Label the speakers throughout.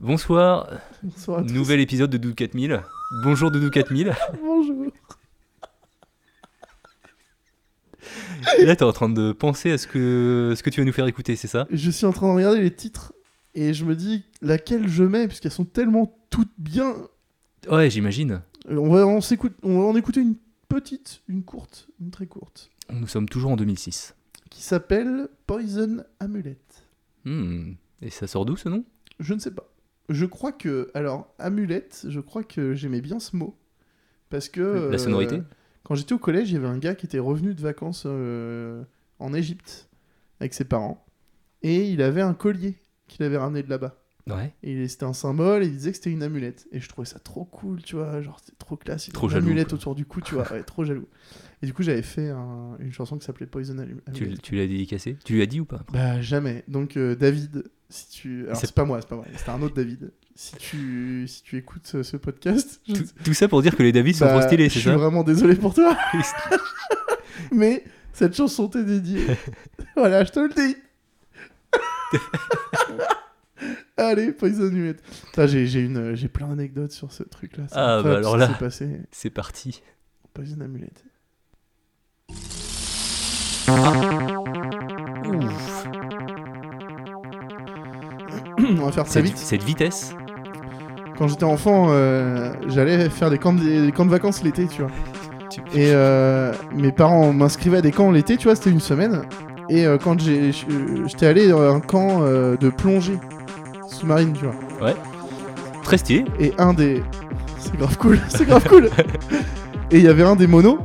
Speaker 1: Bonsoir,
Speaker 2: Bonsoir à tous.
Speaker 1: nouvel épisode de Doudou 4000. Bonjour Doudou 4000.
Speaker 2: Bonjour.
Speaker 1: Là, t'es en train de penser à ce que, ce que tu vas nous faire écouter, c'est ça
Speaker 2: Je suis en train de regarder les titres et je me dis laquelle je mets puisqu'elles sont tellement toutes bien.
Speaker 1: Ouais, j'imagine.
Speaker 2: Euh, On va en s'écoute- on va en écouter une petite, une courte, une très courte,
Speaker 1: Nous sommes toujours en 2006.
Speaker 2: qui s'appelle Poison Amulet.
Speaker 1: Hmm. Et ça sort d'où ce nom
Speaker 2: Je ne sais pas. Je crois que alors Amulet, je crois que j'aimais bien ce mot parce que euh,
Speaker 1: La sonorité
Speaker 2: Quand j'étais au collège, il y avait un gars qui était revenu de vacances euh, en Égypte avec ses parents et il avait un collier qu'il avait ramené de là-bas.
Speaker 1: Ouais.
Speaker 2: Et c'était un symbole, et il disait que c'était une amulette. Et je trouvais ça trop cool, tu vois, genre c'était trop classe. il
Speaker 1: Trop
Speaker 2: avait une
Speaker 1: jaloux,
Speaker 2: amulette
Speaker 1: quoi.
Speaker 2: autour du cou, tu vois, ouais, trop jaloux. Et du coup, j'avais fait un- une chanson qui s'appelait Poison Amu-
Speaker 1: Tu,
Speaker 2: Amulet.
Speaker 1: l- tu l'as dédicacé Tu lui as dit ou pas
Speaker 2: Bah, jamais. Donc, euh, David, si tu. Alors,
Speaker 1: C'est-
Speaker 2: c'est pas moi, c'est pas moi, c'était un autre David. Si tu, si tu écoutes ce, ce podcast, je,
Speaker 1: tout, tout ça pour dire que les David sont trop
Speaker 2: bah,
Speaker 1: stylés,
Speaker 2: je
Speaker 1: c'est
Speaker 2: suis
Speaker 1: ça
Speaker 2: vraiment désolé pour toi, mais cette chanson t'est dédiée. voilà, je te le dis. Allez, Poison Amulet. Putain, J'ai j'ai une- j'ai plein d'anecdotes sur ce truc-là. c'est
Speaker 1: Ah,
Speaker 2: incroyable
Speaker 1: bah alors
Speaker 2: ce qui
Speaker 1: là.
Speaker 2: s'est passé.
Speaker 1: C'est parti.
Speaker 2: Poison Amulet.
Speaker 1: Ouf.
Speaker 2: On va faire très
Speaker 1: Cette,
Speaker 2: vite.
Speaker 1: cette vitesse
Speaker 2: Quand j'étais enfant, euh, j'allais faire des camps, de, des camps de vacances l'été, tu vois.
Speaker 1: Tu-
Speaker 2: Et euh, mes parents m'inscrivaient à des camps l'été, tu vois, c'était une semaine. Et euh, quand j'ai- je- j'étais allé dans un camp euh, de plongée sous-marine, tu vois.
Speaker 1: Très stylé.
Speaker 2: et un des. C'est grave cool, c'est grave cool. Et il y avait un des monos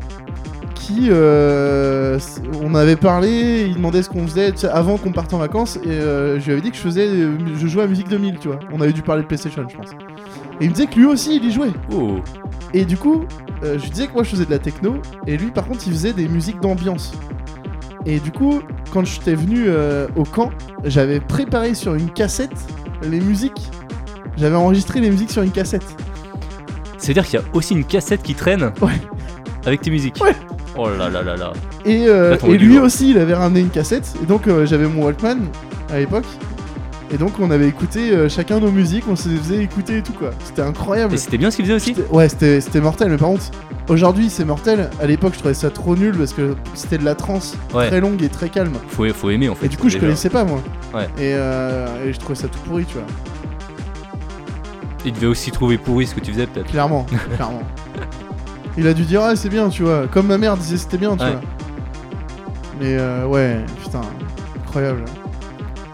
Speaker 2: qui, euh, s- on avait parlé, il demandait ce qu'on faisait tu sais, avant qu'on parte en vacances et euh, je lui avais dit que je faisais, euh, je jouais à musique 2000, tu vois. On avait dû parler de PlayStation, je pense. Et il me disait que lui aussi il y jouait.
Speaker 1: Oh.
Speaker 2: Et du coup, euh, je lui disais que moi je faisais de la techno, et lui par contre il faisait des musiques d'ambiance. Et du coup, quand j'étais venu euh, au camp, j'avais préparé sur une cassette les musiques. J'avais enregistré les musiques sur une cassette.
Speaker 1: Ça veut dire qu'il y a aussi une cassette qui traîne
Speaker 2: Ouais.
Speaker 1: avec tes musiques.
Speaker 2: Ouais.
Speaker 1: Oh là là là là.
Speaker 2: Et, euh,
Speaker 1: Là, t'en
Speaker 2: et
Speaker 1: as du
Speaker 2: lui
Speaker 1: lourd.
Speaker 2: aussi il avait ramené une cassette, et donc euh, j'avais mon Walkman à l'époque. Et donc on avait écouté euh, chacun nos musiques, on se les faisait écouter et tout quoi. C'était incroyable.
Speaker 1: Et c'était bien ce qu'il faisait aussi
Speaker 2: C'était- Ouais, c'était c'était mortel, mais par contre, aujourd'hui c'est mortel. À l'époque, je trouvais ça trop nul parce que c'était de la trance
Speaker 1: Ouais.
Speaker 2: très longue et très calme.
Speaker 1: Faut, faut aimer en fait.
Speaker 2: Et du coup, je
Speaker 1: déjà.
Speaker 2: connaissais pas moi.
Speaker 1: Ouais.
Speaker 2: Et, euh, et je trouvais ça tout pourri, tu vois.
Speaker 1: Il devait aussi trouver pourri ce que tu faisais peut-être.
Speaker 2: Clairement, clairement. Il a dû dire, ah, c'est bien, tu vois. Comme ma mère disait, c'était bien, tu
Speaker 1: Ouais.
Speaker 2: vois. Mais euh, ouais, putain, incroyable.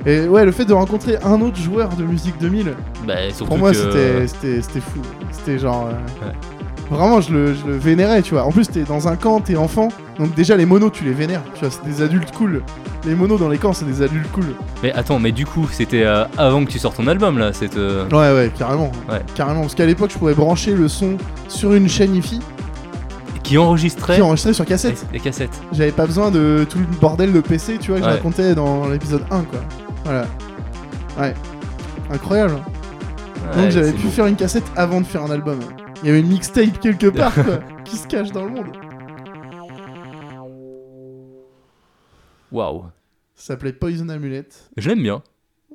Speaker 2: Et ouais, le fait de rencontrer un autre joueur de musique 2000,
Speaker 1: Bah, surtout
Speaker 2: pour moi,
Speaker 1: que-
Speaker 2: c'était- c'était c'était fou. C'était genre. euh,
Speaker 1: Ouais.
Speaker 2: Vraiment, je le, je le vénérais, tu vois. En plus, t'es dans un camp, t'es enfant. Donc, déjà, les monos, tu les vénères. Tu vois, c'est des adultes cool. Les monos dans les camps, c'est des adultes cool.
Speaker 1: Mais attends, mais du coup, c'était euh, avant que tu sortes ton album là, cette. euh,
Speaker 2: Ouais, ouais, carrément.
Speaker 1: Ouais.
Speaker 2: Carrément. Parce qu'à l'époque, je pouvais brancher le son sur une chaîne IFI
Speaker 1: Qui enregistrait
Speaker 2: qui enregistrait sur
Speaker 1: les,
Speaker 2: cassette.
Speaker 1: les cassettes.
Speaker 2: J'avais pas besoin de tout le bordel de PC, tu vois, que
Speaker 1: Ouais.
Speaker 2: je racontais dans l'épisode 1, quoi. Voilà. Ouais. Incroyable. Donc
Speaker 1: Ouais,
Speaker 2: j'avais
Speaker 1: c'est
Speaker 2: pu
Speaker 1: beau.
Speaker 2: faire une cassette avant de faire un album. Il y avait une mixtape quelque part quoi, qui se cache dans le monde.
Speaker 1: Waouh.
Speaker 2: Ça s'appelait Poison Amulet.
Speaker 1: Je l'aime bien.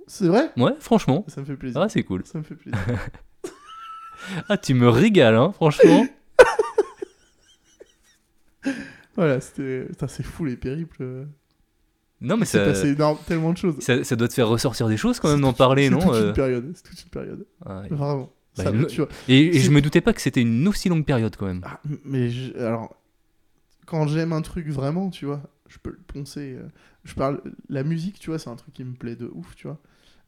Speaker 2: C'est vrai
Speaker 1: Ouais, franchement.
Speaker 2: Ça me fait plaisir.
Speaker 1: Ah, c'est cool.
Speaker 2: Ça me fait plaisir.
Speaker 1: Ah, tu me régales, hein, franchement.
Speaker 2: voilà, c'était. Putain, c'est fou les périples.
Speaker 1: Non, mais
Speaker 2: Il s'est
Speaker 1: ça,
Speaker 2: passé énorme- tellement de choses.
Speaker 1: ça. ça doit te faire ressortir des choses quand
Speaker 2: C'est
Speaker 1: même d'en
Speaker 2: tout-
Speaker 1: parler,
Speaker 2: c'est
Speaker 1: non
Speaker 2: toute
Speaker 1: euh,
Speaker 2: une période. C'est toute une période.
Speaker 1: ouais.
Speaker 2: Vraiment.
Speaker 1: Bah,
Speaker 2: Ça me
Speaker 1: le-
Speaker 2: tue.
Speaker 1: Et, et je
Speaker 2: C'est-
Speaker 1: me doutais pas que c'était une aussi longue période quand même.
Speaker 2: Ah, mais je- alors, quand j'aime un truc vraiment, tu vois, je peux le poncer. euh, Je parle. La musique, tu vois, c'est un truc qui me plaît de ouf, tu vois.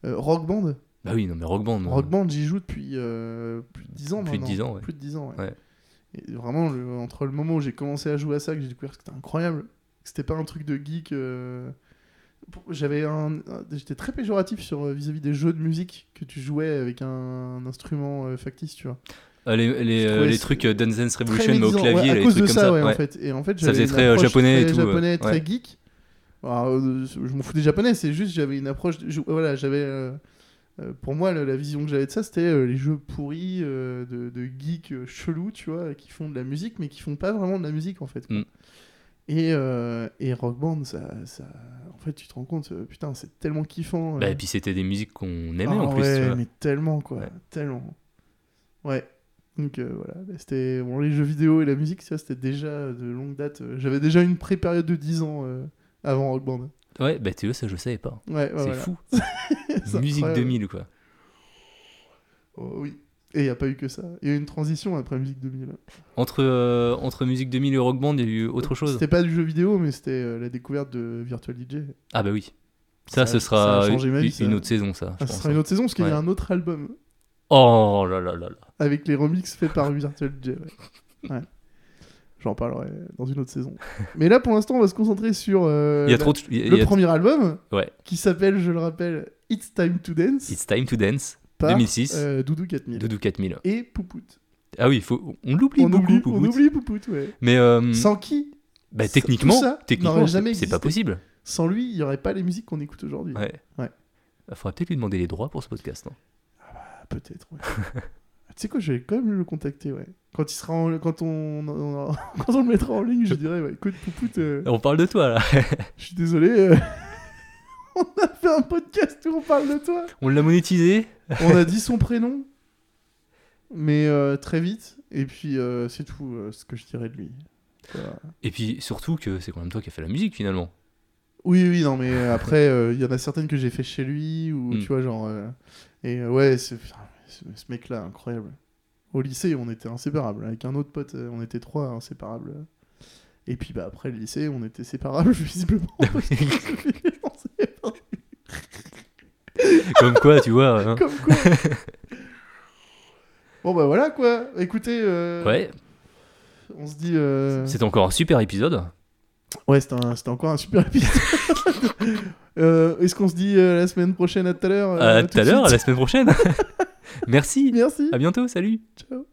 Speaker 2: Euh, rock band.
Speaker 1: Bah oui, non, mais Rock Band. euh,
Speaker 2: Rock band, j'y joue depuis euh, plus de 10 ans
Speaker 1: Plus de
Speaker 2: maintenant.
Speaker 1: 10 ans, ouais.
Speaker 2: Plus de 10 ans, ouais.
Speaker 1: Ouais.
Speaker 2: Et vraiment, le- entre le moment où j'ai commencé à jouer à ça, que j'ai découvert que c'était incroyable, que c'était pas un truc de geek. euh, pour- J'avais un, un- j'étais très péjoratif sur euh, vis-à-vis des jeux de musique que tu jouais avec un, instrument euh, factice, tu vois.
Speaker 1: Ah, les, les,
Speaker 2: Je
Speaker 1: euh,
Speaker 2: trouvais
Speaker 1: les
Speaker 2: ce-
Speaker 1: trucs euh, Dance Dance
Speaker 2: Très
Speaker 1: Revolution, mais au
Speaker 2: médisant, ouais,
Speaker 1: clavier,
Speaker 2: à
Speaker 1: les
Speaker 2: cause
Speaker 1: trucs
Speaker 2: de
Speaker 1: comme
Speaker 2: ça,
Speaker 1: ça.
Speaker 2: ouais, en
Speaker 1: ouais.
Speaker 2: fait. Et en fait,
Speaker 1: Ça
Speaker 2: j'avais
Speaker 1: faisait
Speaker 2: une
Speaker 1: très, euh,
Speaker 2: approche
Speaker 1: japonais et
Speaker 2: très
Speaker 1: tout, euh,
Speaker 2: japonais,
Speaker 1: ouais.
Speaker 2: très geek. Alors, euh, je m'en fous des japonais, c'est juste j'avais une approche. je- voilà, j'avais. euh, euh, pour moi, la, la vision que j'avais de ça, c'était euh, les jeux pourris euh, de, de geeks euh, chelous, tu vois, qui font de la musique, mais qui font pas vraiment de la musique en fait. quoi.
Speaker 1: Mm.
Speaker 2: Et, euh, et Rock Band, ça, ça... en fait, tu te rends compte, euh, putain, c'est tellement kiffant. euh.
Speaker 1: Bah, et puis c'était des musiques qu'on aimait
Speaker 2: Ah
Speaker 1: en plus. tu
Speaker 2: ouais,
Speaker 1: vois.
Speaker 2: mais tellement, quoi.
Speaker 1: Ouais.
Speaker 2: Tellement. Ouais. Donc euh, voilà, bah, c'était. Bon, les jeux vidéo et la musique, ça, c'était déjà de longue date. euh, J'avais déjà une pré-période de 10 ans euh, avant Rock Band.
Speaker 1: Ouais, bah tu vois, ça je le savais pas.
Speaker 2: Ouais, ouais,
Speaker 1: c'est
Speaker 2: voilà.
Speaker 1: fou.
Speaker 2: C'est
Speaker 1: Musique
Speaker 2: incroyable.
Speaker 1: 2000 quoi.
Speaker 2: Oh, oui. Et il n'y a pas eu que ça. Il y a eu une transition après Musique 2000.
Speaker 1: Entre, euh, entre Musique 2000 et Rock Band, il y a eu autre chose.
Speaker 2: C'était pas du jeu vidéo, mais c'était euh, la découverte de Virtual DJ.
Speaker 1: Ah bah oui. Ça,
Speaker 2: Ça-
Speaker 1: ce sera
Speaker 2: ça a changé ma vie,
Speaker 1: une,
Speaker 2: ça.
Speaker 1: une autre saison, ça. je
Speaker 2: Ah, ce
Speaker 1: pense. hein.
Speaker 2: sera une autre saison, parce qu'il y
Speaker 1: Ouais.
Speaker 2: a un autre album
Speaker 1: Oh là là là là.
Speaker 2: avec les remixes faits par Virtual DJ. Ouais. Ouais. J'en parlerai dans une autre saison. Mais là, pour l'instant, on va se concentrer sur euh,
Speaker 1: Il y a
Speaker 2: la-
Speaker 1: trop de. il y a- il
Speaker 2: le
Speaker 1: y a-
Speaker 2: premier album,
Speaker 1: Ouais.
Speaker 2: qui s'appelle, je le rappelle, It's Time to Dance,
Speaker 1: It's Time to Dance,
Speaker 2: par
Speaker 1: 2006,
Speaker 2: euh, Doudou 4000
Speaker 1: Doudou 4000.
Speaker 2: et Poupout.
Speaker 1: Ah oui, faut... on l'oublie
Speaker 2: on,
Speaker 1: beaucoup.
Speaker 2: oublie, on
Speaker 1: Poubout.
Speaker 2: oublie Poupout, ouais.
Speaker 1: Mais euh,
Speaker 2: Sans qui
Speaker 1: bah,
Speaker 2: ça-
Speaker 1: techniquement,
Speaker 2: tout ça
Speaker 1: techniquement
Speaker 2: n'aurait
Speaker 1: c'est
Speaker 2: jamais
Speaker 1: c'est pas
Speaker 2: existé.
Speaker 1: possible.
Speaker 2: Sans lui, il n'y aurait pas les musiques qu'on écoute aujourd'hui.
Speaker 1: Ouais.
Speaker 2: Ouais.
Speaker 1: Bah, faudra peut-être lui demander les droits pour ce podcast. hein.
Speaker 2: Ah, peut-être, ouais. tu sais quoi, je vais quand même le contacter, ouais. Quand, il sera en- quand, on... on- quand on le mettra en ligne, je dirais, ouais, écoute, Poupout, euh,
Speaker 1: On parle de toi là.
Speaker 2: je suis désolé, euh, on a fait un podcast où on parle de toi.
Speaker 1: On l'a monétisé.
Speaker 2: On a dit son prénom, mais euh, très vite. Et puis, euh, c'est tout euh, ce que je dirais de lui. Voilà.
Speaker 1: Et puis surtout que c'est quand même toi qui as fait la musique finalement.
Speaker 2: Oui, oui, non, mais euh, après, euh, il y en a certaines que j'ai fait chez lui, ou
Speaker 1: Mm.
Speaker 2: tu vois, genre. euh, et euh, ouais, c'est- putain, ce, ce mec-là, incroyable. Au lycée, on était inséparables. Avec un autre pote, euh, on était trois inséparables. Et puis, bah, après le lycée, on était séparables, visiblement. parce qu'on se fait lancer par-
Speaker 1: Comme quoi, tu vois. hein.
Speaker 2: Comme quoi. bon, bah voilà, quoi. Écoutez, euh,
Speaker 1: Ouais,
Speaker 2: on se dit. euh,
Speaker 1: c'est encore un super épisode.
Speaker 2: Ouais, c'était un- c'était encore un super épisode. Euh, Est-ce qu'on se dit euh, la semaine prochaine à tout à l'heure euh,
Speaker 1: À tout à
Speaker 2: de
Speaker 1: l'heure, à
Speaker 2: suite
Speaker 1: la semaine prochaine. Merci.
Speaker 2: Merci.
Speaker 1: À bientôt. Salut.
Speaker 2: Ciao.